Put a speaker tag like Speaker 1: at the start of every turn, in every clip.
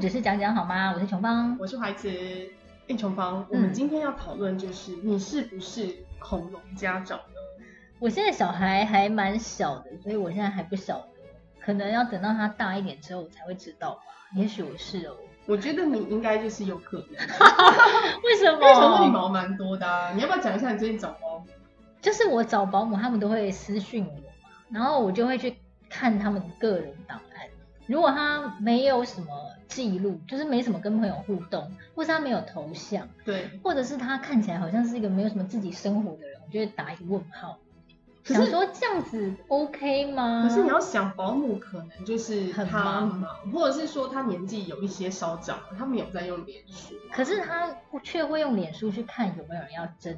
Speaker 1: 只是讲讲好吗？我是琼芳。
Speaker 2: 我是怀慈。哎，琼芳，我们
Speaker 1: 嗯今
Speaker 2: 今天要讨论就是你是不是恐龙家长呢？
Speaker 1: 我现在小孩还蛮小的，所以我现在还不晓得，可能要等到他大一点之后我才会知道吧。也许我是哦。
Speaker 2: 我觉得你应该就是有可能，因
Speaker 1: 为什
Speaker 2: 为琼芳你
Speaker 1: 么？
Speaker 2: 毛蛮多的、啊，你要不要讲一下你最近找保姆？
Speaker 1: 就是我找保姆，他们都会私讯我嘛，然后我就会去看他们个人档案。如果他没有什么记录，就是没什么跟朋友互动，或是他没有头像。
Speaker 2: 对，
Speaker 1: 或者是他看起来好像是一个没有什么自己生活的人，我就会打一个问号，
Speaker 2: 可
Speaker 1: 想
Speaker 2: 是
Speaker 1: 说这样子 OK 吗？
Speaker 2: 可是你要想，保姆可能就是
Speaker 1: 嗯很
Speaker 2: 他
Speaker 1: 忙
Speaker 2: 忙，或者是说他年纪有一些稍长，他们有在用脸书。
Speaker 1: 可是他却会用脸书去看有没有人要争，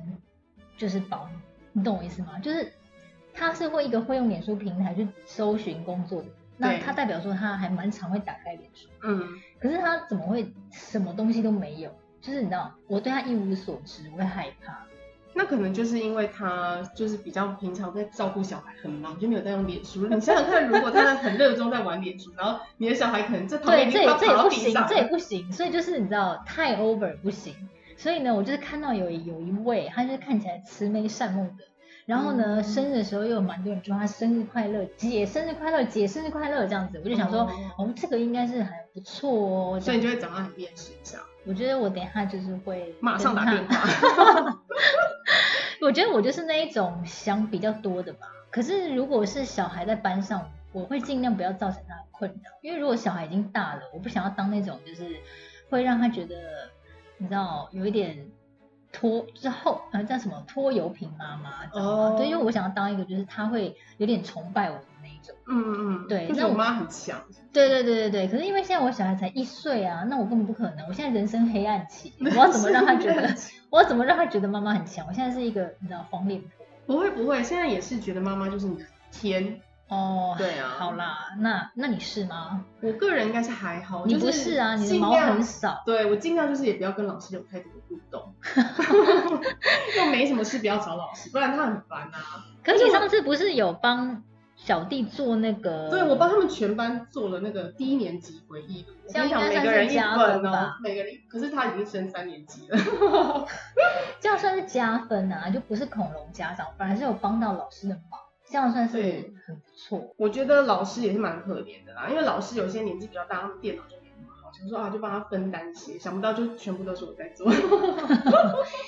Speaker 1: 就是保姆，你懂我意思吗？就是他是会一个会用脸书平台去搜寻工作的人，那
Speaker 2: 对
Speaker 1: 他代表说他还蛮常会打开脸书，
Speaker 2: 嗯，
Speaker 1: 可是他怎么会什么东西都没有？就是你知道，我对他一无所知，我会害怕。
Speaker 2: 那可能就是因为他就是比较平常在照顾小孩，很忙，就没有在用脸书。你想想看，如果他在很热衷在玩脸书，然后你的小孩可能在旁边
Speaker 1: 对，这
Speaker 2: 已经
Speaker 1: 也
Speaker 2: 快
Speaker 1: 这
Speaker 2: 爬
Speaker 1: 也
Speaker 2: 到
Speaker 1: 不
Speaker 2: 地
Speaker 1: 行
Speaker 2: 上，了，
Speaker 1: 这也不行，所以就是你知道太 over 不行。所以呢，我就是看到有有一位，他就是看起来慈眉善目的，然后呢，
Speaker 2: 嗯
Speaker 1: 生日的时候又有蛮多人祝他生日快乐，姐生日快乐，姐生日快乐这样子，我就想说，
Speaker 2: 哦
Speaker 1: 哦，这个应该是还不错哦。这
Speaker 2: 所以
Speaker 1: 样
Speaker 2: 你就会长到很厌世这样，
Speaker 1: 我觉得我等一下就是会
Speaker 2: 马上打
Speaker 1: 跟他
Speaker 2: 电话。
Speaker 1: 我觉得我就是那一种想比较多的吧。可是如果是小孩在班上，我会尽量不要造成他的困扰，因为如果小孩已经大了，我不想要当那种就是会让他觉得，你知道，有一点拖，就是后呃叫什么拖油瓶妈妈，知道吗？
Speaker 2: 哦
Speaker 1: 对，因为我想要当一个就是他会有点崇拜我的那一种。
Speaker 2: 嗯嗯，
Speaker 1: 对
Speaker 2: 就是
Speaker 1: 那
Speaker 2: 我
Speaker 1: 我
Speaker 2: 妈很强，
Speaker 1: 对对对对对。可是因为现在我小孩才一岁啊，那我根本不可能，我现在人生黑暗期，我要怎么让他觉得？ 我要怎么让他觉得妈妈很强？我现在是一个你知道黄脸婆。
Speaker 2: 不会不会，现在也是觉得妈妈就是你的天。
Speaker 1: 哦，
Speaker 2: 对啊
Speaker 1: 好啦，那那你是吗？
Speaker 2: 我个人应该是还好，
Speaker 1: 你
Speaker 2: 就
Speaker 1: 不是啊，你的
Speaker 2: 尽
Speaker 1: 毛
Speaker 2: 量
Speaker 1: 很少。
Speaker 2: 对我尽量就是也不要跟老师有太多的互 动，又没什么事不要找老师，不然他很烦啊。
Speaker 1: 可是你上次不是有帮小弟做那个？
Speaker 2: 对我帮他们全班做了那个低年级回忆录，我
Speaker 1: 这样
Speaker 2: 跟你
Speaker 1: 应该
Speaker 2: 讲每
Speaker 1: 算
Speaker 2: 个
Speaker 1: 是
Speaker 2: 人一
Speaker 1: 加
Speaker 2: 本
Speaker 1: 分
Speaker 2: 哦
Speaker 1: 吧，
Speaker 2: 每个人一，可是他已经升三年级了。
Speaker 1: 这样算是加分啊，就不是恐龙家长，反而是有帮到老师的忙，这样算是
Speaker 2: 对
Speaker 1: 很不错。
Speaker 2: 我觉得老师也是蛮可怜的啦，因为老师有些年纪比较大，他们电脑就没那么好，想说啊就帮他分担一些，想不到就全部都是我在做。
Speaker 1: 哎、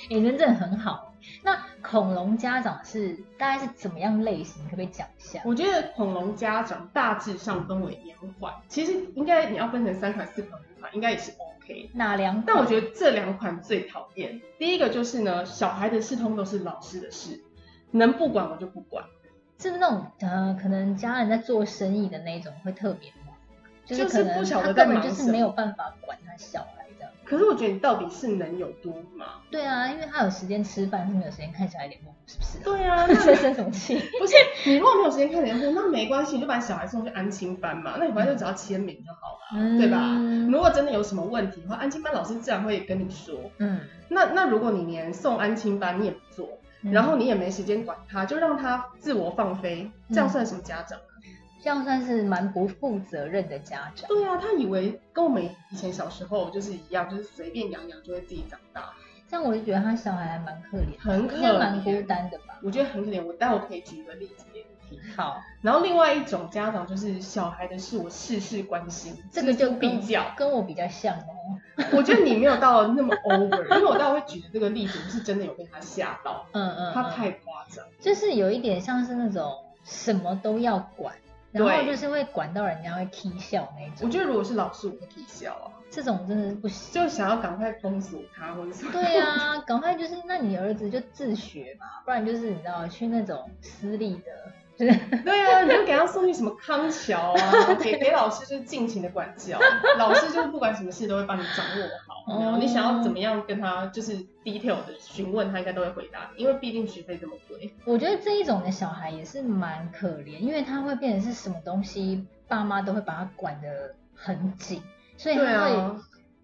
Speaker 1: 人真的很好。那恐龙家长是大概是怎么样类型？可不可以讲一下？
Speaker 2: 我觉得恐龙家长大致上分为两款，其实应该你要分成三款、四款、五款，应该也是 OK。
Speaker 1: 哪两款？
Speaker 2: 但我觉得这两款最讨厌，第一个就是呢，小孩的事通都是老师的事，能不管我就不管。
Speaker 1: 是不是那种呃，可能家人在做生意的那种会特别忙，就是
Speaker 2: 就是
Speaker 1: 可能
Speaker 2: 不晓
Speaker 1: 他
Speaker 2: 得在
Speaker 1: 根本
Speaker 2: 忙
Speaker 1: 就是
Speaker 2: 什
Speaker 1: 没
Speaker 2: 么
Speaker 1: 有办法管他小孩这样。
Speaker 2: 可是我觉得你到底是能有多忙？
Speaker 1: 对啊，因为他有时间吃饭，是没有时间看小孩脸部，是不 是、啊？
Speaker 2: 对啊，
Speaker 1: 那
Speaker 2: 那
Speaker 1: 生什么气？
Speaker 2: 不是你如果没有时间看联络，那没关系，你就把小孩送去安亲班嘛，那你回来就只要签名就好了。
Speaker 1: 嗯
Speaker 2: 对吧如果真的有什么问题的话，安亲班老师自然会跟你说。
Speaker 1: 嗯，
Speaker 2: 那那如果你连送安亲班你也不做，然后你也没时间管他，就让他自我放飞，这样算什么家长？
Speaker 1: 嗯这样算是蛮不负责任的家长。
Speaker 2: 对啊，他以为跟我们以前小时候就是一样，就是随便养养就会自己长大，
Speaker 1: 这样我就觉得他小孩还蛮可怜，
Speaker 2: 很可
Speaker 1: 应该蛮孤
Speaker 2: 怜。
Speaker 1: 单的吧？
Speaker 2: 我觉得很可怜，我待会可以举一个例子给你听。
Speaker 1: 好，
Speaker 2: 然后另外一种家长就是小孩的事我事事关心，
Speaker 1: 这个就
Speaker 2: 事事
Speaker 1: 跟
Speaker 2: 比较。
Speaker 1: 跟我比较像哦。
Speaker 2: 我觉得你没有到那么 over，因为我待会会举的这个例子，我是真的有被他吓到，
Speaker 1: 嗯嗯，
Speaker 2: 他
Speaker 1: 嗯
Speaker 2: 太夸张。
Speaker 1: 就是有一点像是那种什么都要管，然后
Speaker 2: 对
Speaker 1: 就是会管到人家会踢笑那
Speaker 2: 我
Speaker 1: 种。
Speaker 2: 觉得如果是老师，我会皮笑啊，
Speaker 1: 这种真的是不行。
Speaker 2: 就想要赶快封锁他或者什么。
Speaker 1: 对啊，赶快就是，那你儿子就自学嘛，不然就是你知道去那种私立的，就是
Speaker 2: 对啊，你就给他送去什么康桥 啊，给给老师就是尽情的管教，老师就是不管什么事都会帮你掌握好，然后你想要怎么样跟他就是 detail 的询问，他应该都会回答你，因为毕竟学费这么贵。
Speaker 1: 我觉得这一种的小孩也是蛮可怜，因为他会变成是什么东西，爸妈都会把他管得很紧，所以他
Speaker 2: 对
Speaker 1: 会、
Speaker 2: 啊，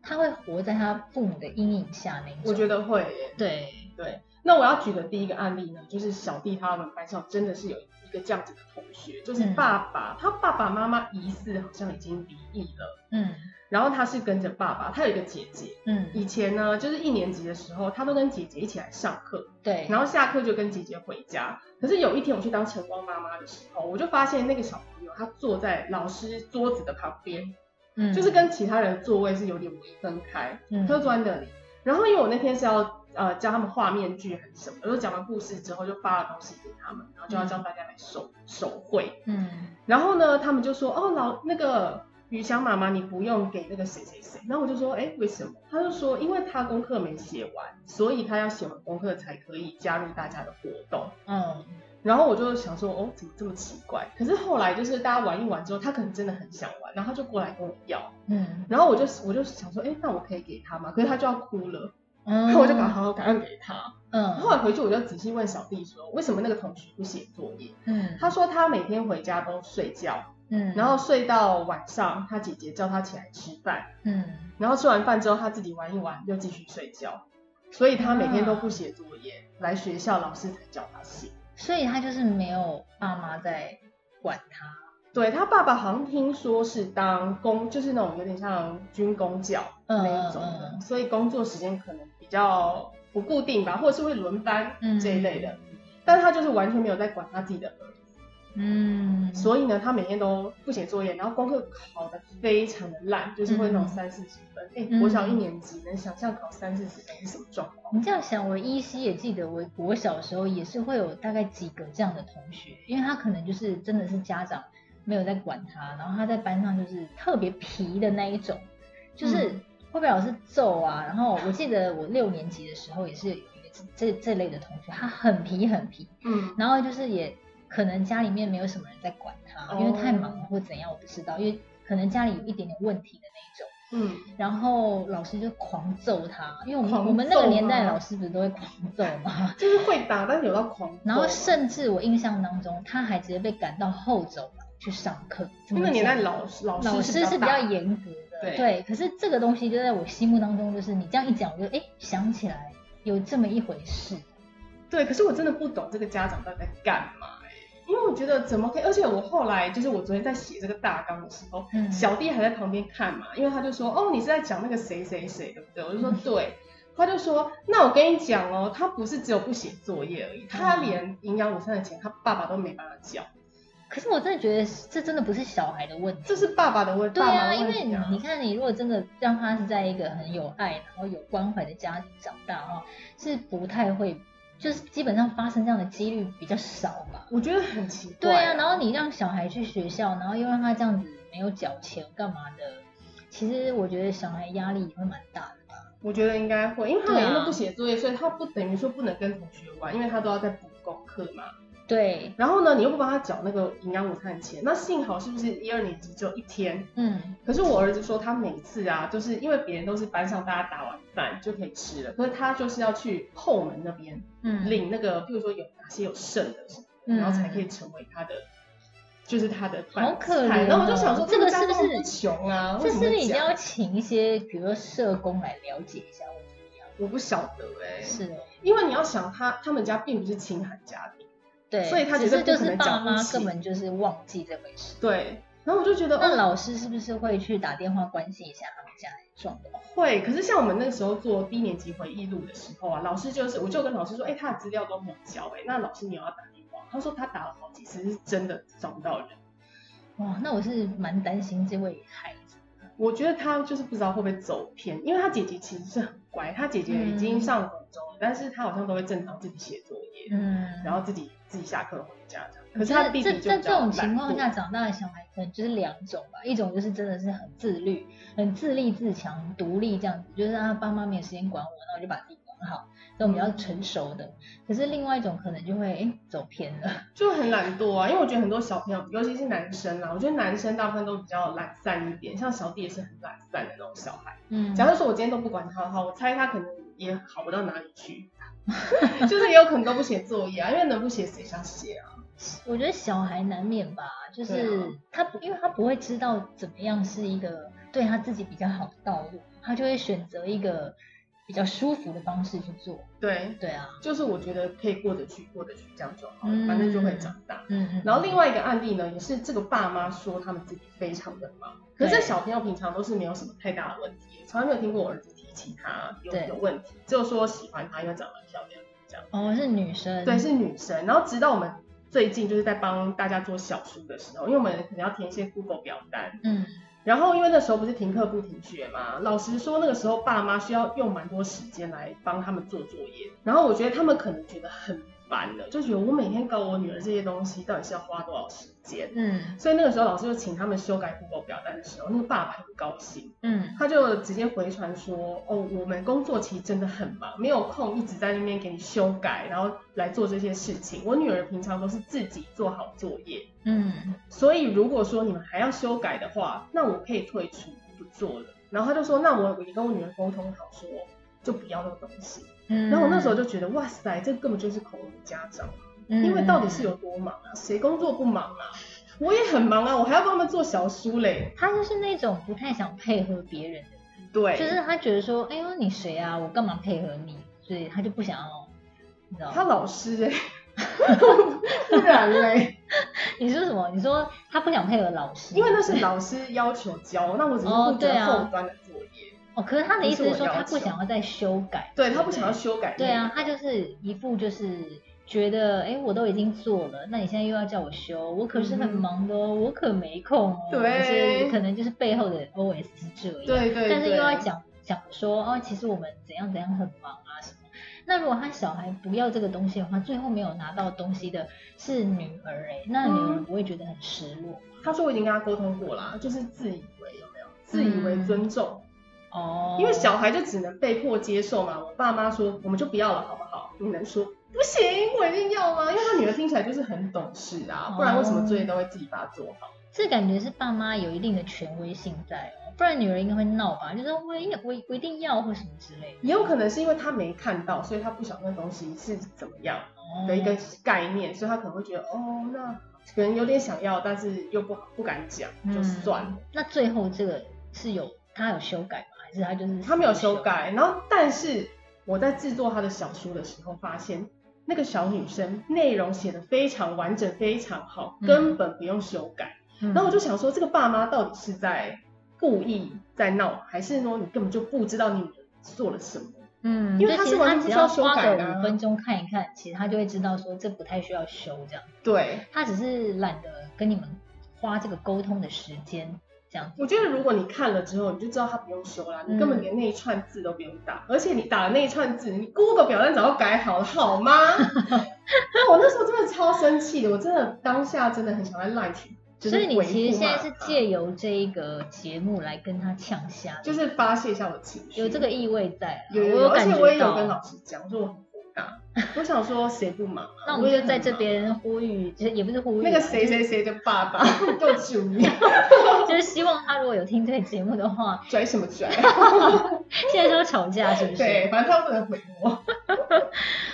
Speaker 1: 他会活在他父母的阴影下那一种。
Speaker 2: 我觉得会耶。
Speaker 1: 对，
Speaker 2: 对，那我要举的第一个案例呢，就是小弟他们班上真的是有一个这样子的同学，就是
Speaker 1: 嗯
Speaker 2: 爸爸，他爸爸妈妈疑似好像已经离异了。
Speaker 1: 嗯
Speaker 2: 然后他是跟着爸爸，他有一个姐姐。
Speaker 1: 嗯，
Speaker 2: 以前呢，就是一年级的时候，他都跟姐姐一起来上课，
Speaker 1: 对，
Speaker 2: 然后下课就跟姐姐回家。可是有一天我去当晨光妈妈的时候，我就发现那个小朋友他坐在老师桌子的旁边，
Speaker 1: 嗯
Speaker 2: 就是跟其他人的座位是有点分开，
Speaker 1: 嗯
Speaker 2: 他就坐在那里。然后因为我那天是要呃教他们画面具还是什么，我就讲完故事之后就发了东西给他们，然后就要叫大家来手手绘。
Speaker 1: 嗯
Speaker 2: 然后呢，他们就说：“哦，老那个雨翔妈妈，你不用给那个谁谁谁。”然后我就说：“哎，为什么？”他就说：“因为他功课没写完，所以他要写完功课才可以加入大家的活动。
Speaker 1: 嗯”
Speaker 2: 然后我就想说：“哦，怎么这么奇怪？”可是后来就是大家玩一玩之后，他可能真的很想玩，然后他就过来跟我要，
Speaker 1: 嗯，
Speaker 2: 然后我就我就想说：“哎，那我可以给他吗？”可是他就要哭了，然
Speaker 1: 然
Speaker 2: 后我就赶快好好赶快给他。后
Speaker 1: 嗯
Speaker 2: 来回去我就仔细问小弟说：“为什么那个同学不写作业？”
Speaker 1: 嗯
Speaker 2: 他说他每天回家都睡觉。
Speaker 1: 嗯，
Speaker 2: 然后睡到晚上，他姐姐叫他起来吃饭，
Speaker 1: 嗯
Speaker 2: 然后吃完饭之后他自己玩一玩，又继续睡觉，所以他每天都不写作业，来学校老师才叫他写。
Speaker 1: 所以他就是没有爸妈在管他，
Speaker 2: 对他爸爸好像听说是当工，就是那种有点像军工教那一种的，
Speaker 1: 嗯嗯嗯
Speaker 2: 所以工作时间可能比较不固定吧，或者是会轮班
Speaker 1: 嗯
Speaker 2: 这一类的。但他就是完全没有在管他自己的儿子，
Speaker 1: 嗯，
Speaker 2: 所以呢，他每天都不写作业，然后功课考得非常的烂，就是会那种
Speaker 1: 嗯
Speaker 2: 三四十分。哎、
Speaker 1: 嗯
Speaker 2: 国小一年级能想象考三四十分是什么状况？
Speaker 1: 你这样想，我依稀也记得，我我小时候也是会有大概几个这样的同学，因为他可能就是真的是家长没有在管他，然后他在班上就是特别皮的那一种，就是
Speaker 2: 嗯
Speaker 1: 会被老师揍啊。然后我记得我六年级的时候也是有一个这这类的同学，他很皮很皮，
Speaker 2: 嗯，
Speaker 1: 然后就是也可能家里面没有什么人在管他，因为太忙了或怎样，我不知道，因为可能家里有一点点问题的那一种。
Speaker 2: 嗯，
Speaker 1: 然后老师就狂揍他，因为我们
Speaker 2: 狂揍吗
Speaker 1: 我们那个年代老师不是都会狂揍嘛。
Speaker 2: 就是会打，但有到狂揍。
Speaker 1: 然后甚至我印象当中，他还直接被赶到后走廊去上课。怎
Speaker 2: 那
Speaker 1: 么
Speaker 2: 个年代
Speaker 1: 讲
Speaker 2: 老师老师
Speaker 1: 老
Speaker 2: 师
Speaker 1: 师是比
Speaker 2: 比较
Speaker 1: 较
Speaker 2: 大，
Speaker 1: 严格的，
Speaker 2: 对
Speaker 1: 可是这个东西就在我心目当中，就是你这样一讲，我就哎想起来有这么一回事。
Speaker 2: 对。可是我真的不懂这个家长到底在干嘛、欸因为我觉得怎么可以？而且我后来就是我昨天在写这个大纲的时候，
Speaker 1: 嗯，
Speaker 2: 小弟还在旁边看嘛，因为他就说：“哦，你是在讲那个谁谁谁，对不对？”我
Speaker 1: 嗯
Speaker 2: 就说：“对。”他就说：“那我跟你讲哦，他不是只有不写作业而已，
Speaker 1: 嗯
Speaker 2: 他连营养午餐的钱他爸爸都没帮他交，
Speaker 1: 可是我真的觉得这真的不是小孩的问题。
Speaker 2: 这是爸爸的问，
Speaker 1: 对
Speaker 2: 爸妈
Speaker 1: 啊，
Speaker 2: 的
Speaker 1: 因
Speaker 2: 问
Speaker 1: 为
Speaker 2: 题
Speaker 1: 你
Speaker 2: 啊。
Speaker 1: 你看，你如果真的让他是在一个很有爱，然后有关怀的家庭长大哦，是不太会，就是基本上发生这样的几率比较少吧。
Speaker 2: 我觉得很奇怪、
Speaker 1: 对啊，然后你让小孩去学校，然后又让他这样子没有缴钱干嘛的，其实我觉得小孩压力也会蛮大的。
Speaker 2: 我觉得应该会，因为他每天
Speaker 1: 对啊
Speaker 2: 都不写作业，所以他不等于说不能跟同学玩，因为他都要在补功课嘛。
Speaker 1: 对，
Speaker 2: 然后呢，你又不帮他缴那个营养午餐的钱，那幸好是不是一二年级只有一天，
Speaker 1: 嗯
Speaker 2: 可是我儿子说，他每次啊，就是因为别人都是班上大家打完饭就可以吃了，可是他就是要去后门那边
Speaker 1: 嗯，
Speaker 2: 领那个，譬如说有哪些有剩的，
Speaker 1: 嗯
Speaker 2: 然后才可以成为他的，就是他的饭
Speaker 1: 好可怜
Speaker 2: 菜
Speaker 1: 哦
Speaker 2: 然后我就想说，
Speaker 1: 这个
Speaker 2: 他们家
Speaker 1: 是不是
Speaker 2: 那么穷啊？
Speaker 1: 这
Speaker 2: 为
Speaker 1: 是
Speaker 2: 什
Speaker 1: 不
Speaker 2: 么
Speaker 1: 是已经
Speaker 2: 讲
Speaker 1: 要请一些，比如说社工来了解一下或者怎么样？
Speaker 2: 我不晓得哎、
Speaker 1: 是哦，
Speaker 2: 因为你要想他，他们家并不是清寒家庭，
Speaker 1: 对，
Speaker 2: 所以他
Speaker 1: 只
Speaker 2: 绝对
Speaker 1: 是就
Speaker 2: 不可
Speaker 1: 是
Speaker 2: 能
Speaker 1: 爸
Speaker 2: 缴不
Speaker 1: 妈
Speaker 2: 起
Speaker 1: 根本就是忘记这回事。
Speaker 2: 对。然后我就觉得，
Speaker 1: 那
Speaker 2: 哦，
Speaker 1: 老师是不是会去打电话关心一下他们家的状况？
Speaker 2: 会，可是像我们那个时候做低年级回忆录的时候啊，老师就是，我就跟老师说，哎、他的资料都没有交、哎，那老师你有要打电话？他说他打了好几次，是真的找不到人。
Speaker 1: 哇，那我是蛮担心这位孩子。
Speaker 2: 我觉得他就是不知道会不会走偏，因为他姐姐其实是很乖，他姐姐已经上国中了，但是他好像都会正常自己写作业，
Speaker 1: 嗯，
Speaker 2: 然后自己自己下课回家这样。
Speaker 1: 我
Speaker 2: 可是
Speaker 1: 觉
Speaker 2: 他
Speaker 1: 得
Speaker 2: 弟
Speaker 1: 这
Speaker 2: 弟就
Speaker 1: 在
Speaker 2: 比
Speaker 1: 这
Speaker 2: 较
Speaker 1: 种情况下
Speaker 2: 懒惰，
Speaker 1: 长大的小孩，可能就是两种吧，一种就是真的是很自律、很自立自强、独立这样子，就是啊爸妈没有时间管我，那我就把自己管好，这种比较成熟的。可是另外一种可能就会哎走偏了。
Speaker 2: 就很懒惰啊。因为我觉得很多小朋友，尤其是男生啊啦，我觉得男生大部分都比较懒散一点，像小弟也是很懒散的那种小孩。
Speaker 1: 嗯
Speaker 2: 假如说我今天都不管他的话，我猜他可能也好不到哪里 去，就是也有可能都不写作业啊，因为能不写谁想写啊？
Speaker 1: 我觉得小孩难免吧，就
Speaker 2: 对啊
Speaker 1: 是他不，因为他不会知道怎么样是一个对他自己比较好的道路，他就会选择一个比较舒服的方式去做。
Speaker 2: 对，
Speaker 1: 对啊，
Speaker 2: 就是我觉得可以过得去，过得去这样就好了，
Speaker 1: 嗯
Speaker 2: 反正就会长大。
Speaker 1: 嗯嗯。
Speaker 2: 然后另外一个案例呢，也是这个爸妈说他们自己非常的忙，可是这
Speaker 1: 对
Speaker 2: 小朋友平常都是没有什么太大的问题，从来没有听过我儿子提起他有
Speaker 1: 对
Speaker 2: 有问题，只有说喜欢他，因为长得很漂亮这样。
Speaker 1: 哦，是女生。
Speaker 2: 对，是女生。然后直到我们最近就是在帮大家做小书的时候，因为我们可能要填一些 Google 表单，
Speaker 1: 嗯，
Speaker 2: 然后因为那时候不是停课不停学嘛，老实说那个时候爸妈需要用蛮多时间来帮他们做作业，然后我觉得他们可能觉得很烦了，就觉得我每天搞我女儿这些东西到底是要花多少时间。
Speaker 1: 嗯
Speaker 2: 所以那个时候老师就请他们修改 Google 表单的时候，那个爸爸很高兴，
Speaker 1: 嗯
Speaker 2: 他就直接回传说：“哦，我们工作其实真的很忙，没有空一直在那边给你修改，然后来做这些事情。我女儿平常都是自己做好作业，
Speaker 1: 嗯
Speaker 2: 所以如果说你们还要修改的话，那我可以退出不做了。”然后他就说：“那我也跟我女儿沟通好说，就不要那个东西。”
Speaker 1: 嗯。
Speaker 2: 然后我那时候就觉得：“哇塞，这根本就是恐龙家长。”
Speaker 1: 嗯，
Speaker 2: 因为到底是有多忙啊？谁工作不忙啊？我也很忙啊，我还要帮他们做小书嘞。
Speaker 1: 他就是那种不太想配合别人的人，
Speaker 2: 对，
Speaker 1: 就是他觉得说，哎呦你谁啊，我干嘛配合你，所以他就不想要，你知道
Speaker 2: 他
Speaker 1: 吗？
Speaker 2: 老师 哎、不然嘞，
Speaker 1: 你说什么？你说他不想配合老师，
Speaker 2: 因为那是老师要求交，那我只是
Speaker 1: 哦
Speaker 2: 负责
Speaker 1: 对啊
Speaker 2: 后端的作业。
Speaker 1: 哦，可是他的意思是
Speaker 2: 不是
Speaker 1: 说
Speaker 2: 我要
Speaker 1: 他不
Speaker 2: 求
Speaker 1: 想要再修改，
Speaker 2: 对
Speaker 1: 不
Speaker 2: 他不想要修改。
Speaker 1: 对啊，，他就是一副就是觉得，哎，我都已经做了，那你现在又要叫我修，我可是很
Speaker 2: 嗯
Speaker 1: 忙的哦，我可没空哦。
Speaker 2: 对
Speaker 1: 就是可能就是背后的 OS 是这样，
Speaker 2: 对对
Speaker 1: 但是又要
Speaker 2: 对，
Speaker 1: 讲讲说，哦，其实我们怎样怎样很忙啊什么。那如果他小孩不要这个东西的话，最后没有拿到东西的是女儿、哎，那女儿
Speaker 2: 嗯
Speaker 1: 不会觉得很失落
Speaker 2: 他说我已经跟他沟通过啦，就是自以为有
Speaker 1: 嗯
Speaker 2: 没有？自以为尊重，
Speaker 1: 哦？
Speaker 2: 因为小孩就只能被迫接受嘛。我爸妈说我们就不要了，好不好？你能说不行，我一定要吗？因为他女儿听起来就是很懂事
Speaker 1: 哦
Speaker 2: 啊，不然为什么作业都会自己把它做好？
Speaker 1: 这感觉是爸妈有一定的权威性在哦，不然女儿应该会闹吧，就说我一定我我一定要或什么之类的。
Speaker 2: 也有可能是因为他没看到，所以他不晓得那东西是怎么样
Speaker 1: 哦
Speaker 2: 的一个概念，所以他可能会觉得哦，那可能有点想要，但是又不不敢讲，就算了。
Speaker 1: 嗯那最后这个是有他有修改吗？还是他就是
Speaker 2: 他没有修？改，然后但是我在制作他的小书的时候发现。那个小女生内容写的非常完整，非常好，
Speaker 1: 嗯
Speaker 2: 根本不用修改。
Speaker 1: 嗯
Speaker 2: 然后我就想说，这个爸妈到底是在故意在闹，还是说你根本就不知道你女儿做了什么？
Speaker 1: 嗯，
Speaker 2: 因为
Speaker 1: 就
Speaker 2: 他
Speaker 1: 其
Speaker 2: 是
Speaker 1: 实
Speaker 2: 完
Speaker 1: 他
Speaker 2: 全
Speaker 1: 只
Speaker 2: 不需
Speaker 1: 要
Speaker 2: 要修
Speaker 1: 花
Speaker 2: 改
Speaker 1: 个
Speaker 2: 的啊
Speaker 1: 五分钟看一看，其实他就会知道说这不太需要修这样。
Speaker 2: 对，
Speaker 1: 他只是懒得跟你们花这个沟通的时间这样子。
Speaker 2: 我觉得如果你看了之后，你就知道它不用修啦，
Speaker 1: 嗯
Speaker 2: 你根本连那一串字都不用打，而且你打的那一串字，你 Google 表单早就改好了，好 吗？那我那时候真的超生气的，我真的当下真的很想在赖群，就是
Speaker 1: 所以你
Speaker 2: 回
Speaker 1: 其实
Speaker 2: 复
Speaker 1: 现
Speaker 2: 啊
Speaker 1: 在
Speaker 2: 骂
Speaker 1: 是
Speaker 2: 他
Speaker 1: 借由这一个节目来跟他呛虾，
Speaker 2: 就是发泄一下我的情绪，
Speaker 1: 有这个意味在啊，
Speaker 2: 有有
Speaker 1: 我
Speaker 2: 有，而
Speaker 1: 感
Speaker 2: 且
Speaker 1: 觉
Speaker 2: 我也有
Speaker 1: 到
Speaker 2: 跟老师讲，我说我很火大， 我想说谁不忙啊？
Speaker 1: 那我们就在这
Speaker 2: 我也
Speaker 1: 边呼吁，就是也不是呼吁啊，
Speaker 2: 很忙。那个谁谁谁的爸 爸， 给我注意，
Speaker 1: 就是希望他如果有听这个节目的话，
Speaker 2: 拽什么拽？
Speaker 1: 现在就要吵架是不是？
Speaker 2: 对，反正他不能回我。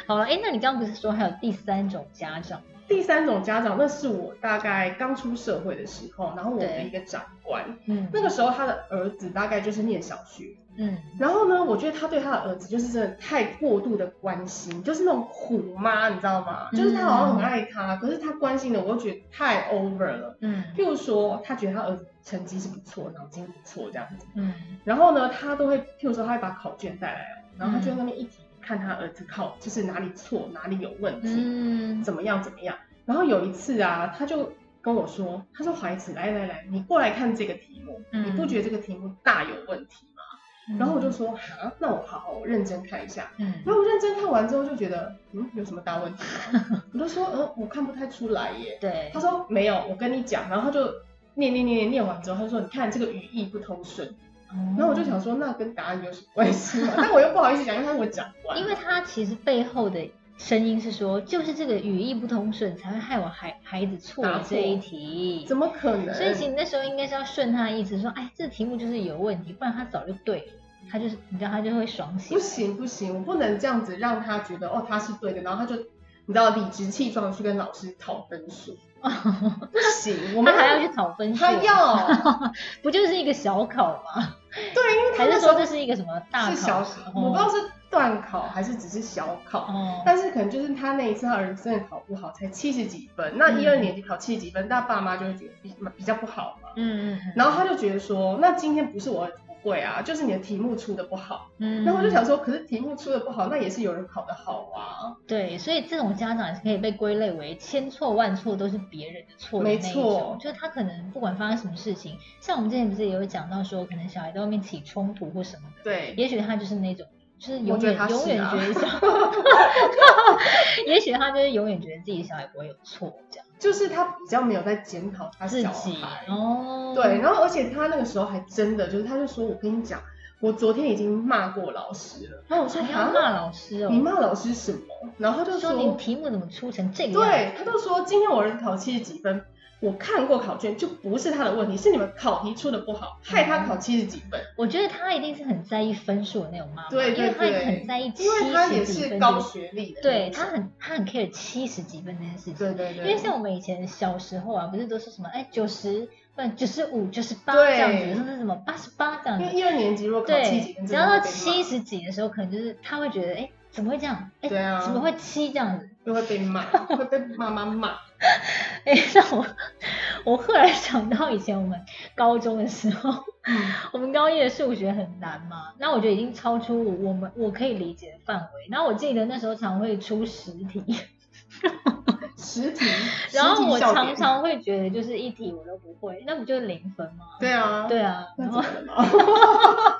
Speaker 1: 好了，哎，那你刚刚不是说还有第三种家长？
Speaker 2: 第三种家长，那是我大概刚出社会的时候，然后我的
Speaker 1: 对
Speaker 2: 一个长官，
Speaker 1: 嗯
Speaker 2: 那个时候他的儿子大概就是念小学，
Speaker 1: 嗯
Speaker 2: 然后呢，我觉得他对他的儿子就是真的太过度的关心，就是那种虎妈，你知道吗？
Speaker 1: 嗯
Speaker 2: 就是他好像很爱他，可是他关心的我又觉得太 over 了。
Speaker 1: 嗯
Speaker 2: 譬如说，他觉得他儿子成绩是不错，脑筋不错这样子，
Speaker 1: 嗯
Speaker 2: 然后呢，他都会，譬如说他会把考卷带来哦，然后他就在那边一题看他儿子考就是哪里错，哪里有问题，
Speaker 1: 嗯
Speaker 2: 怎么样怎么样。然后有一次啊，他就跟我说，他说怀慈，来来来，你过来看这个题目，
Speaker 1: 嗯
Speaker 2: 你不觉得这个题目大有问题吗？然后我就说，啊，那我好好我认真看一下。
Speaker 1: 嗯
Speaker 2: 然后我认真看完之后就觉得，嗯，有什么大问题吗？ 我就说，嗯，我看不太出来耶。
Speaker 1: 对
Speaker 2: 他说没有，我跟你讲。然后他就念念念念念完之后，他就说，你看这个语义不通顺。
Speaker 1: 然
Speaker 2: 然后我就想说，那跟答案有什么关系吗？但我又不好意思讲，因为他是我长官。
Speaker 1: 因为他其实背后的声音是说，就是这个语义不通顺，才会害我孩孩子错了这一题。
Speaker 2: 怎么可能？
Speaker 1: 所以其实那时候应该是要顺他的意思，说，哎，这题目就是有问题，不然他早就对了，他就是你知道他就会爽醒
Speaker 2: 不。行不行，我不能这样子让他觉得哦他是对的，然后他就你知道理直气壮地去跟老师讨分数，不行，我
Speaker 1: 他
Speaker 2: 们
Speaker 1: 还 要去讨分数，
Speaker 2: 他要，
Speaker 1: 不就是一个小考吗？
Speaker 2: 对，因为他
Speaker 1: 还
Speaker 2: 那
Speaker 1: 是
Speaker 2: 时候
Speaker 1: 说这是一个什么大
Speaker 2: 是小
Speaker 1: 考？
Speaker 2: 考，我不知道是段考还是只是小考，
Speaker 1: 哦，
Speaker 2: 但是可能就是他那一次他儿子真的考不好，才七十几分，
Speaker 1: 嗯
Speaker 2: 那一二年级考七十几分，那爸妈就会觉得比比较不好嘛，
Speaker 1: 嗯嗯嗯，
Speaker 2: 然后他就觉得说，那今天不是我儿子不会啊，就是你的题目出的不好，
Speaker 1: 嗯
Speaker 2: 然后我就想说，可是题目出的不好，那也是有人考的好啊，
Speaker 1: 对，所以这种家长也是可以被归类为千错万错都是别人的错的那
Speaker 2: 没
Speaker 1: 一种，
Speaker 2: 错
Speaker 1: 就是他可能不管发生什么事情，像我们之前不是也有讲到说，可能小孩在外面起冲突或什么的，
Speaker 2: 对，
Speaker 1: 也许他就是那种，就是
Speaker 2: 我
Speaker 1: 永
Speaker 2: 觉得
Speaker 1: 远、
Speaker 2: 他是啊
Speaker 1: 永远觉得小， 也许他就是永远觉得自己小孩不会有错这样，
Speaker 2: 就是他比较没有在检讨他
Speaker 1: 自
Speaker 2: 小
Speaker 1: 己
Speaker 2: 孩，
Speaker 1: 哦，
Speaker 2: 对，，然后而且他那个时候还真的就是，他就说我跟你讲，我昨天已经骂过老师了，然后我说
Speaker 1: 还要骂老师
Speaker 2: 你
Speaker 1: 哦，
Speaker 2: 骂老师什么？然后他就
Speaker 1: 说你题目怎么出成这个样子？
Speaker 2: 对，他就说今天我儿子考七十几分，我看过考卷，就不是他的问题，是你们考题出的不好，害他考七十几分。
Speaker 1: 我觉得他一定是很在意分数的那种妈妈，
Speaker 2: 对
Speaker 1: 嗯因
Speaker 2: 对
Speaker 1: 为他一定很在意
Speaker 2: 对，
Speaker 1: 七
Speaker 2: 因为他也
Speaker 1: 十几
Speaker 2: 是
Speaker 1: 分
Speaker 2: 高
Speaker 1: 这
Speaker 2: 学历的，
Speaker 1: 个，对他，很他很 care 七十几分这件事情。
Speaker 2: 对对对，
Speaker 1: 因为像我们以前小时候啊，不是都是什么哎九十，不九十五、九十八
Speaker 2: 对
Speaker 1: 这样子，甚至什么八十八这样
Speaker 2: 因为
Speaker 1: 子。
Speaker 2: 一二年级如果考七十
Speaker 1: 对，
Speaker 2: 几分，
Speaker 1: 只要到
Speaker 2: 真的会被
Speaker 1: 七，
Speaker 2: 骂
Speaker 1: 十几的时候，可能就是他会觉得哎怎么会这样？哎
Speaker 2: 对啊
Speaker 1: 怎么会七这样子？
Speaker 2: 就会被骂，会被妈妈骂。
Speaker 1: 哎， 让我我忽然想到以前我们高中的时候，
Speaker 2: 嗯
Speaker 1: 我们高一的数学很难嘛，那我觉得已经超出我我们我可以理解的范围。然后我记得那时候常会出十 题，
Speaker 2: 实体，
Speaker 1: 然后我
Speaker 2: 实体笑
Speaker 1: 常
Speaker 2: 点
Speaker 1: 常会觉得就是一题我都不会，那不就零分吗？
Speaker 2: 对啊，
Speaker 1: 对啊，
Speaker 2: 那
Speaker 1: 然
Speaker 2: 怎
Speaker 1: 后
Speaker 2: 么了嘛？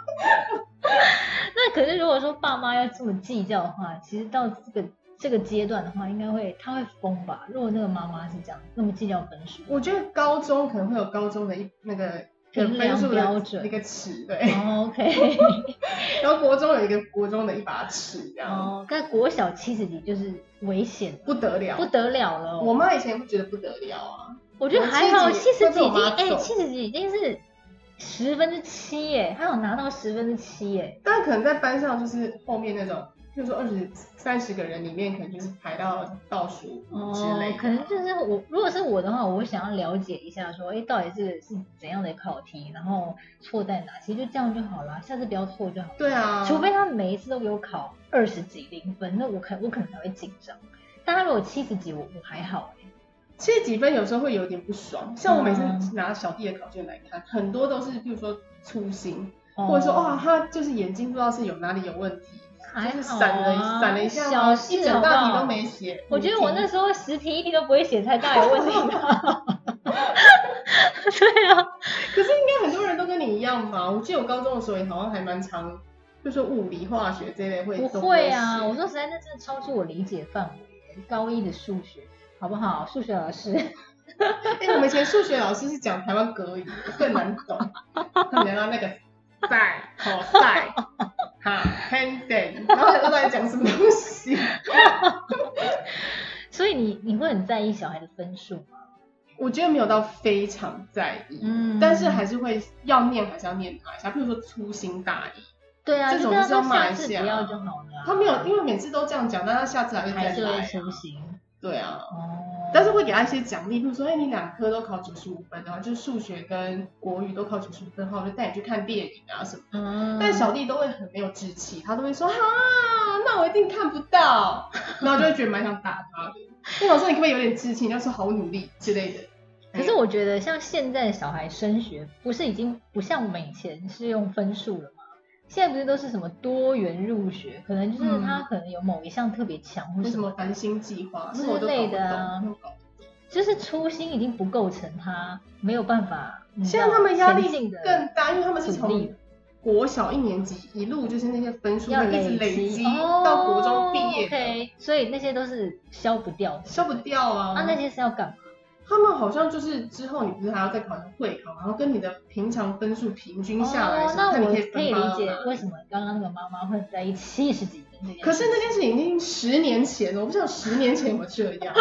Speaker 1: 那可是如果说爸妈要这么计较的话，其实到这个这个阶段的话，应该会他会疯吧？如果那个妈妈是这样那么计较分 数，
Speaker 2: 我觉得高中可能会有高中的一那个
Speaker 1: 评量
Speaker 2: 分数的
Speaker 1: 标准
Speaker 2: 一个尺， 对，
Speaker 1: 哦 OK，
Speaker 2: 然后国中有一个国中的一把尺，这样
Speaker 1: 哦，但国小七十级就是危险，
Speaker 2: 不得了
Speaker 1: 不。得了了哦、
Speaker 2: 我妈以前不觉得不得了啊，
Speaker 1: 我觉得还好，
Speaker 2: 我
Speaker 1: 七
Speaker 2: 七
Speaker 1: 十
Speaker 2: 十
Speaker 1: 几
Speaker 2: 几
Speaker 1: 已经
Speaker 2: 会被我
Speaker 1: 哎，
Speaker 2: 妈
Speaker 1: 七
Speaker 2: 揍
Speaker 1: 十几已经是十分之七耶，还有拿到十分之七耶，
Speaker 2: 但可能在班上就是后面那种，就是说二十三十个人里面，可能就是排到倒数
Speaker 1: 哦
Speaker 2: 五之类，
Speaker 1: 可
Speaker 2: 的。
Speaker 1: 能就是我如果是我的话，我会想要了解一下说，哎，到底是是怎样的考题，然后错在哪，其实就这样就好了，下次不要错就好了。
Speaker 2: 对啊，
Speaker 1: 除非他每一次都给我考二十几零分，那我可我可能才会紧张。但他如果七十几，我我还好耶
Speaker 2: 七十几分有时候会有点不爽，像我每
Speaker 1: 嗯
Speaker 2: 次拿小弟的考卷来看，很多都是比如说粗心，
Speaker 1: 哦
Speaker 2: 或者说哇，他就是眼睛不知道是有哪里有问题，
Speaker 1: 还
Speaker 2: 就是
Speaker 1: 好
Speaker 2: 闪了一
Speaker 1: 啊
Speaker 2: 闪了一下，
Speaker 1: 小
Speaker 2: 一
Speaker 1: 事好不
Speaker 2: 整大题
Speaker 1: 好？
Speaker 2: 都没写。
Speaker 1: 我觉得我那时候十题一题都不会写，才大有问题 吧。对啊，
Speaker 2: 可是应该很多人都跟你一样吧？我记得我高中的时候也好像还蛮常，就是物理、化学这一类会
Speaker 1: 不
Speaker 2: 都
Speaker 1: 会啊！
Speaker 2: 写
Speaker 1: 我说实在，那真的超出我理解范围。高一的数学，好不好？数学老师，
Speaker 2: 哎、我们以前数学老师是讲台湾格语，更难懂。他们讲到那 个 sin、cos、哈、tangent，然后想说到底讲什么东西。
Speaker 1: 所以你你会很在意小孩的分数吗？
Speaker 2: 我觉得没有到非常在意，
Speaker 1: 嗯
Speaker 2: 但是还是会要念，还是要念他一下。比如说粗心大意，
Speaker 1: 对啊，
Speaker 2: 这种
Speaker 1: 就
Speaker 2: 就是是
Speaker 1: 要
Speaker 2: 要
Speaker 1: 说
Speaker 2: 骂
Speaker 1: 下
Speaker 2: 一
Speaker 1: 次
Speaker 2: 下
Speaker 1: 不要就好了啊、
Speaker 2: 他没有，因为每次都这样讲，但他下次还会
Speaker 1: 还
Speaker 2: 再
Speaker 1: 是会
Speaker 2: 来。
Speaker 1: 粗心
Speaker 2: 对啊，
Speaker 1: 哦。
Speaker 2: 但是会给他一些奖励，比如说，哎、你两科都考九十五分啊，就是数学跟国语都考九十五分的话，我就带你去看电影啊什么。
Speaker 1: 嗯，
Speaker 2: 但小弟都会很没有志气，他都会说啊，那我一定看不到，然后就会觉得蛮想打他的。我想说你可不可以有点志气，你要说好努力之类的。
Speaker 1: 可是我觉得像现在的小孩升学，不是已经不像我们以前是用分数了吗？现在不是都是什么多元入学，可能就是
Speaker 2: 嗯
Speaker 1: 他可能有某一项特别强或
Speaker 2: 为
Speaker 1: 什
Speaker 2: 什么
Speaker 1: 么，
Speaker 2: 繁星计划
Speaker 1: 嗯之
Speaker 2: 这个我都搞
Speaker 1: 类
Speaker 2: 不
Speaker 1: 的啊
Speaker 2: 懂搞
Speaker 1: 就是初心已经不构成他没有办法。你知
Speaker 2: 现
Speaker 1: 道
Speaker 2: 在他们压力
Speaker 1: 前进的
Speaker 2: 更大，因为他们是
Speaker 1: 阻力
Speaker 2: 从国小一年级一路就是那些分数
Speaker 1: 要
Speaker 2: 会一直
Speaker 1: 累
Speaker 2: 累积
Speaker 1: 积
Speaker 2: 到国中毕业
Speaker 1: 哦
Speaker 2: 的，
Speaker 1: ，OK，所以那些都是消不掉的。
Speaker 2: 消不掉啊。
Speaker 1: 那、那些是要干嘛？
Speaker 2: 他们好像就是之后你不是还要再考一个会考，然后跟你的平常分数平均下来
Speaker 1: 哦
Speaker 2: 什，么，
Speaker 1: 那
Speaker 2: 看
Speaker 1: 我
Speaker 2: 你可以
Speaker 1: 可以
Speaker 2: 分
Speaker 1: 理
Speaker 2: 发
Speaker 1: 解
Speaker 2: 到哪
Speaker 1: 为什么刚刚那个妈妈会在意七十几分这件事。
Speaker 2: 可是 那件事已经十年前了，我不知道十年前有没有这样。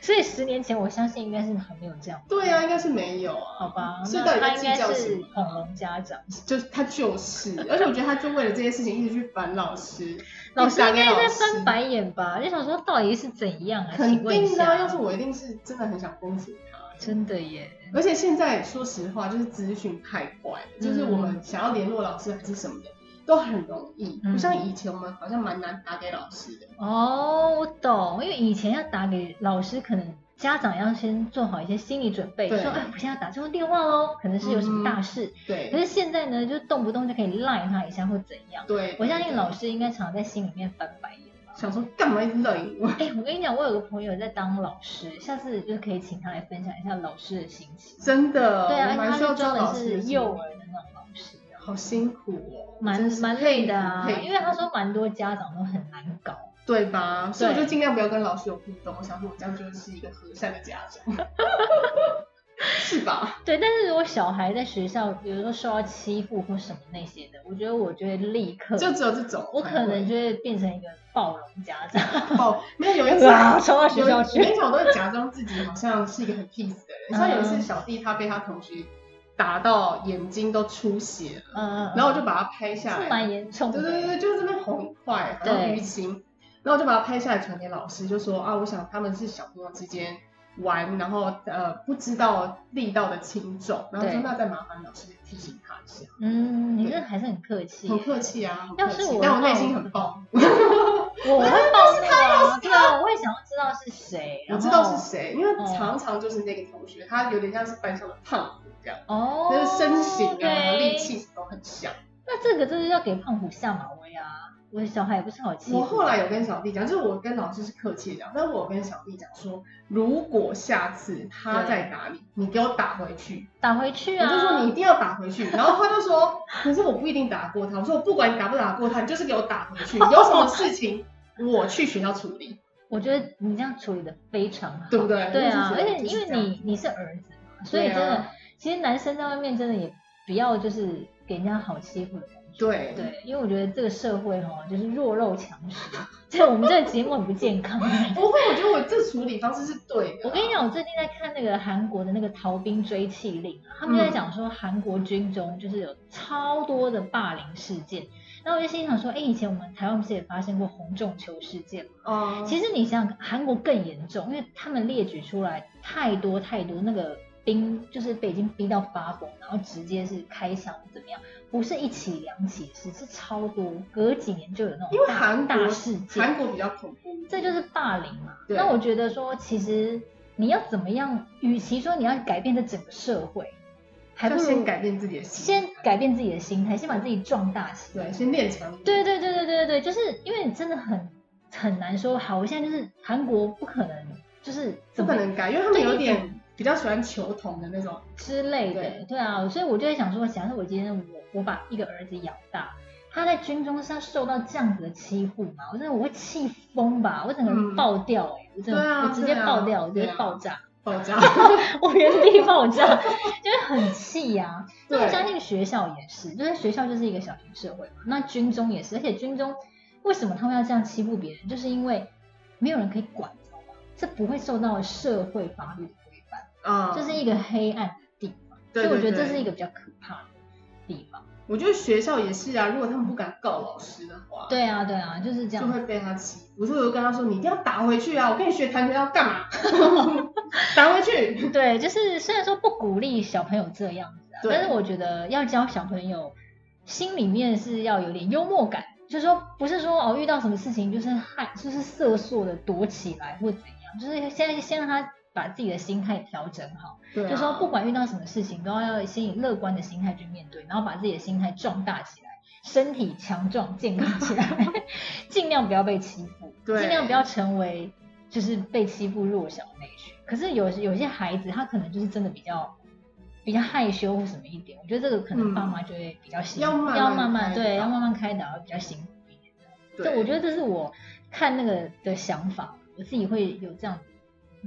Speaker 1: 所以十年前我相信应该是还没有这样，
Speaker 2: 对啊，应该是没有啊，
Speaker 1: 好吧？
Speaker 2: 所以到
Speaker 1: 那
Speaker 2: 底在
Speaker 1: 他应
Speaker 2: 计
Speaker 1: 该
Speaker 2: 较什
Speaker 1: 是
Speaker 2: 么？
Speaker 1: 恐龙家长，
Speaker 2: 就是他就是，而且我觉得他就为了这些事情一直去烦老师，
Speaker 1: 老师
Speaker 2: 打
Speaker 1: 应
Speaker 2: 给
Speaker 1: 该
Speaker 2: 老
Speaker 1: 在
Speaker 2: 师
Speaker 1: 翻白眼吧？就想说到底是怎样啊？请
Speaker 2: 肯
Speaker 1: 问一
Speaker 2: 定的啊，要
Speaker 1: 下
Speaker 2: 是，我一定是真的很想攻击他。
Speaker 1: 真的耶，
Speaker 2: 而且现在说实话，就是资讯太快了，就是我们想要联络老师还是什么的，都很容易，
Speaker 1: 嗯
Speaker 2: 不像以前我们好像蛮难打给老师的。
Speaker 1: 哦，我懂，因为以前要打给老师，可能家长要先做好一些心理准备，
Speaker 2: 对嗯
Speaker 1: 说哎，我现在打这通电话喽，可能是有什么大事。可
Speaker 2: 对
Speaker 1: 是现在呢，就动不动就可以赖他一下或怎样。
Speaker 2: 对，
Speaker 1: 我相信老师应该常在心里面翻白眼。
Speaker 2: 想说干嘛一直冷我？
Speaker 1: 哎，我跟你讲，我有个朋友在当老师，下次就可以请他来分享一下老师的心情。
Speaker 2: 真的，
Speaker 1: 对啊，
Speaker 2: 哦
Speaker 1: 因
Speaker 2: 我
Speaker 1: 为
Speaker 2: 蛮
Speaker 1: 他
Speaker 2: 需要
Speaker 1: 是
Speaker 2: 知道
Speaker 1: 专
Speaker 2: 老
Speaker 1: 门
Speaker 2: 师的
Speaker 1: 是
Speaker 2: 心情
Speaker 1: 幼儿的那种老师的，
Speaker 2: 好辛苦哦，
Speaker 1: 蛮
Speaker 2: 真是
Speaker 1: 蛮累的啊。
Speaker 2: 佩服佩服
Speaker 1: 因为他说蛮多家长都很难搞。
Speaker 2: 对吧？所以我就尽量不要跟老师有互动，我想说我这样就是一个和善的家 长，是吧？
Speaker 1: 对，但是如果小孩在学校，比如说受到欺负或什么那些的，我觉得我就会立刻，
Speaker 2: 就只有这种，
Speaker 1: 呃我可能就会变成一个暴龙家长，
Speaker 2: 哦，没有有一次
Speaker 1: 哇，冲到啊学
Speaker 2: 有一
Speaker 1: 校
Speaker 2: 我跟
Speaker 1: 去。
Speaker 2: 你讲，我都会假装自己好像是一个很 peace 的人。像有
Speaker 1: 嗯
Speaker 2: 一次，小弟他被他同学打到眼睛都出血了，
Speaker 1: 嗯，
Speaker 2: 然后我就把他拍下
Speaker 1: 是
Speaker 2: 来。
Speaker 1: 蛮严重
Speaker 2: 对
Speaker 1: 的。
Speaker 2: 对对，就是这边红一块，然后
Speaker 1: 对
Speaker 2: 淤青，然后我就把它拍下来传给老师，就说啊，我想他们是小朋友之间玩，然后呃不知道力道的轻重，然后说
Speaker 1: 对
Speaker 2: 那再麻烦老师提醒他一下。
Speaker 1: 嗯，你
Speaker 2: 对
Speaker 1: 这还是很客气耶，
Speaker 2: 很客气啊，很
Speaker 1: 要
Speaker 2: 客
Speaker 1: 是
Speaker 2: 气
Speaker 1: 我
Speaker 2: 但
Speaker 1: 的
Speaker 2: 我
Speaker 1: 话
Speaker 2: 内心
Speaker 1: 我
Speaker 2: 很暴怒，
Speaker 1: 我会 报复啊，对啊，我会想要知道是谁，
Speaker 2: 我
Speaker 1: 然
Speaker 2: 知道
Speaker 1: 后
Speaker 2: 是谁，因为
Speaker 1: 哦
Speaker 2: 常常就是那个同学，他有点像是班上的胖虎这样。
Speaker 1: 哦，
Speaker 2: 就是身形啊、
Speaker 1: OK
Speaker 2: 力气都很像。
Speaker 1: 那这个就是要给胖虎下马威啊！我的小孩也不是好欺负。
Speaker 2: 我后来有跟小弟讲，就是我跟老师是客气地讲，但我跟小弟讲说，如果下次他
Speaker 1: 对
Speaker 2: 再打你，你给我打回去，
Speaker 1: 打回去啊！
Speaker 2: 我就说你一定要打回去。然后他就说， 可是我不一定打得过他。我说我不管你打不打得过他，你就是给我打回去，有什么事情我去学校处理，
Speaker 1: 我觉得你这样处理的非常好，
Speaker 2: 对不对？
Speaker 1: 对啊，
Speaker 2: 我
Speaker 1: 而
Speaker 2: 就觉得
Speaker 1: 且
Speaker 2: 就是
Speaker 1: 因为
Speaker 2: 这样
Speaker 1: 你你是儿子嘛，所以真
Speaker 2: 对
Speaker 1: 的，
Speaker 2: 啊
Speaker 1: 其实男生在外面真的也不要就是给人家好欺负的感觉。
Speaker 2: 对
Speaker 1: 对，因为我觉得这个社会哦，就是弱肉强食， 这我们这个节目很不健康。 啊
Speaker 2: 不会，我觉得我这处理方式是对的
Speaker 1: 我
Speaker 2: 啊。
Speaker 1: 跟你讲，我最近在看那个韩国的那个逃兵追缉令啊，他们就
Speaker 2: 嗯
Speaker 1: 在讲说韩国军中就是有超多的霸凌事件。然后我就心想说，哎，以前我们台湾不是也发生过红中球事件吗？
Speaker 2: 哦，
Speaker 1: 其实你想想，韩国更严重，因为他们列举出来太多太多那个兵，就是被已经逼到发疯，然后直接是开枪怎么样？不是一起两起事，是超多，隔几年就有那
Speaker 2: 因
Speaker 1: 种
Speaker 2: 为
Speaker 1: 大
Speaker 2: 韩国
Speaker 1: 大事件，
Speaker 2: 韩国比较恐怖一点，
Speaker 1: 这就是霸凌嘛。
Speaker 2: 对
Speaker 1: 那我觉得说，其实你要怎么样？与其说你要改变这整个社会，还不
Speaker 2: 就
Speaker 1: 如
Speaker 2: 先改变自己的心，
Speaker 1: 先改变自己的心态，先把自己壮大起来
Speaker 2: 对，。先练强。
Speaker 1: 对对对对对对，就是因为你真的很很难说好，我现在就是韩国不可能就是
Speaker 2: 不
Speaker 1: 怎
Speaker 2: 可
Speaker 1: 么
Speaker 2: 能改，因为他们
Speaker 1: 对
Speaker 2: 有点比较喜欢球童的那种。
Speaker 1: 之类的，
Speaker 2: 对
Speaker 1: 对啊，所以我就会想说，假设我今天我我把一个儿子养大，他在军中是要受到这样子的欺负嘛，我真的我会气疯吧，我整个人
Speaker 2: 嗯
Speaker 1: 爆掉哎、我真的、
Speaker 2: 对啊
Speaker 1: 我直接
Speaker 2: 对啊
Speaker 1: 爆掉，我直接
Speaker 2: 对啊
Speaker 1: 爆炸，
Speaker 2: 爆 炸，
Speaker 1: 我原地爆 炸，就是很气呀、那我
Speaker 2: 对
Speaker 1: 相信学校也是，就是学校就是一个小型社会嘛。那军中也是，而且军中为什么他们要这样欺负别人，就是因为没有人可以管，你知道吗？这不会受到社会法律的规范，
Speaker 2: 啊，
Speaker 1: 这是一个黑暗的地方。
Speaker 2: 对，对
Speaker 1: 所以我觉得这是一
Speaker 2: 对
Speaker 1: 个比较可怕的地方。
Speaker 2: 我觉得学校也是啊，如果他们不敢告老师的话，，
Speaker 1: 对啊，对啊，就是这
Speaker 2: 就
Speaker 1: 样。
Speaker 2: 会被他欺负。所以我就跟他说，你一定要打回去啊！我跟你学跆拳道干 嘛？打回去。
Speaker 1: 对，就是虽然说不鼓励小朋友这样子啊，
Speaker 2: 对
Speaker 1: 但是我觉得要教小朋友，心里面是要有点幽默感，就是说不是说哦遇到什么事情就是害就是瑟缩的躲起来或怎样，就是先先让他把自己的心态调整好，
Speaker 2: 对啊
Speaker 1: 就说不管遇到什么事情都要先以乐观的心态去面对，然后把自己的心态壮大起来。身体强壮健康起 来，尽量不要被欺负，
Speaker 2: 对
Speaker 1: 尽量不要成为就是被欺负弱小的那一群。可是有有些孩子，他可能就是真的比较比较害羞或什么一点，我觉得这个可能
Speaker 2: 嗯
Speaker 1: 爸妈就会比较辛苦，
Speaker 2: 要慢慢
Speaker 1: 要慢慢
Speaker 2: 开导
Speaker 1: 对，要慢慢开导，会比较辛苦一点。这
Speaker 2: 对，
Speaker 1: 我觉得这是我看那个的想法，我自己会有这样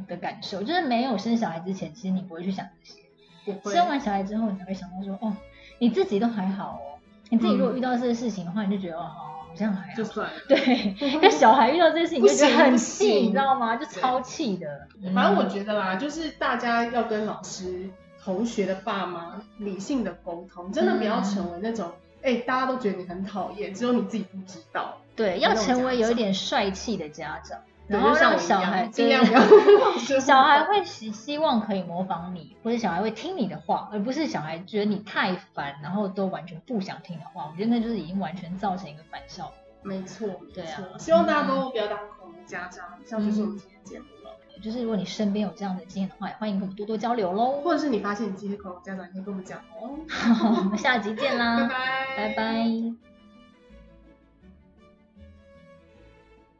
Speaker 1: 的感受，就是没有生小孩之前，其实你不会去想这些，
Speaker 2: 我会
Speaker 1: 生完小孩之后，你才会想到说，哦，你自己都还好哦，你自己如果遇到这些事情的话，你就觉得哦，好好这样还好
Speaker 2: 嗯就算 了。
Speaker 1: 对，跟小孩遇到这些事情就觉得
Speaker 2: 不行
Speaker 1: 很
Speaker 2: 不
Speaker 1: 气，
Speaker 2: 行
Speaker 1: 你知道吗？就超气的。嗯
Speaker 2: 反正我
Speaker 1: 得
Speaker 2: 觉得啦，就是大家要跟老师、同学的爸妈理性的沟通，真的
Speaker 1: 嗯
Speaker 2: 不要成为那种，哎、大家都觉得你很讨厌，只有你自己不知道。
Speaker 1: 对，要
Speaker 2: 那种
Speaker 1: 成为
Speaker 2: 家
Speaker 1: 有一
Speaker 2: 长
Speaker 1: 点帅气的家长，
Speaker 2: 对
Speaker 1: 然后
Speaker 2: 就像
Speaker 1: 让
Speaker 2: 我一
Speaker 1: 小
Speaker 2: 样
Speaker 1: 孩
Speaker 2: 尽量
Speaker 1: 对
Speaker 2: 不要让生
Speaker 1: 小孩会希希望可以模仿你，或者小孩会听你的话，而不是小孩觉得你太烦，然后都完全不想听的话。我觉得那就是已经完全造成一个反效果。
Speaker 2: 没错，
Speaker 1: 对啊
Speaker 2: 没错希望大家都不要当恐龙家长，像就是我们今天的节目了。
Speaker 1: 就是如果你身边有这样的经验的话，也欢迎跟我们多多交流 喽。
Speaker 2: 或者是你发现你自己是恐龙家长，你可以跟我们讲哦。
Speaker 1: 好，我们下集见
Speaker 2: 拜
Speaker 1: 啦，
Speaker 2: 拜，
Speaker 1: 拜拜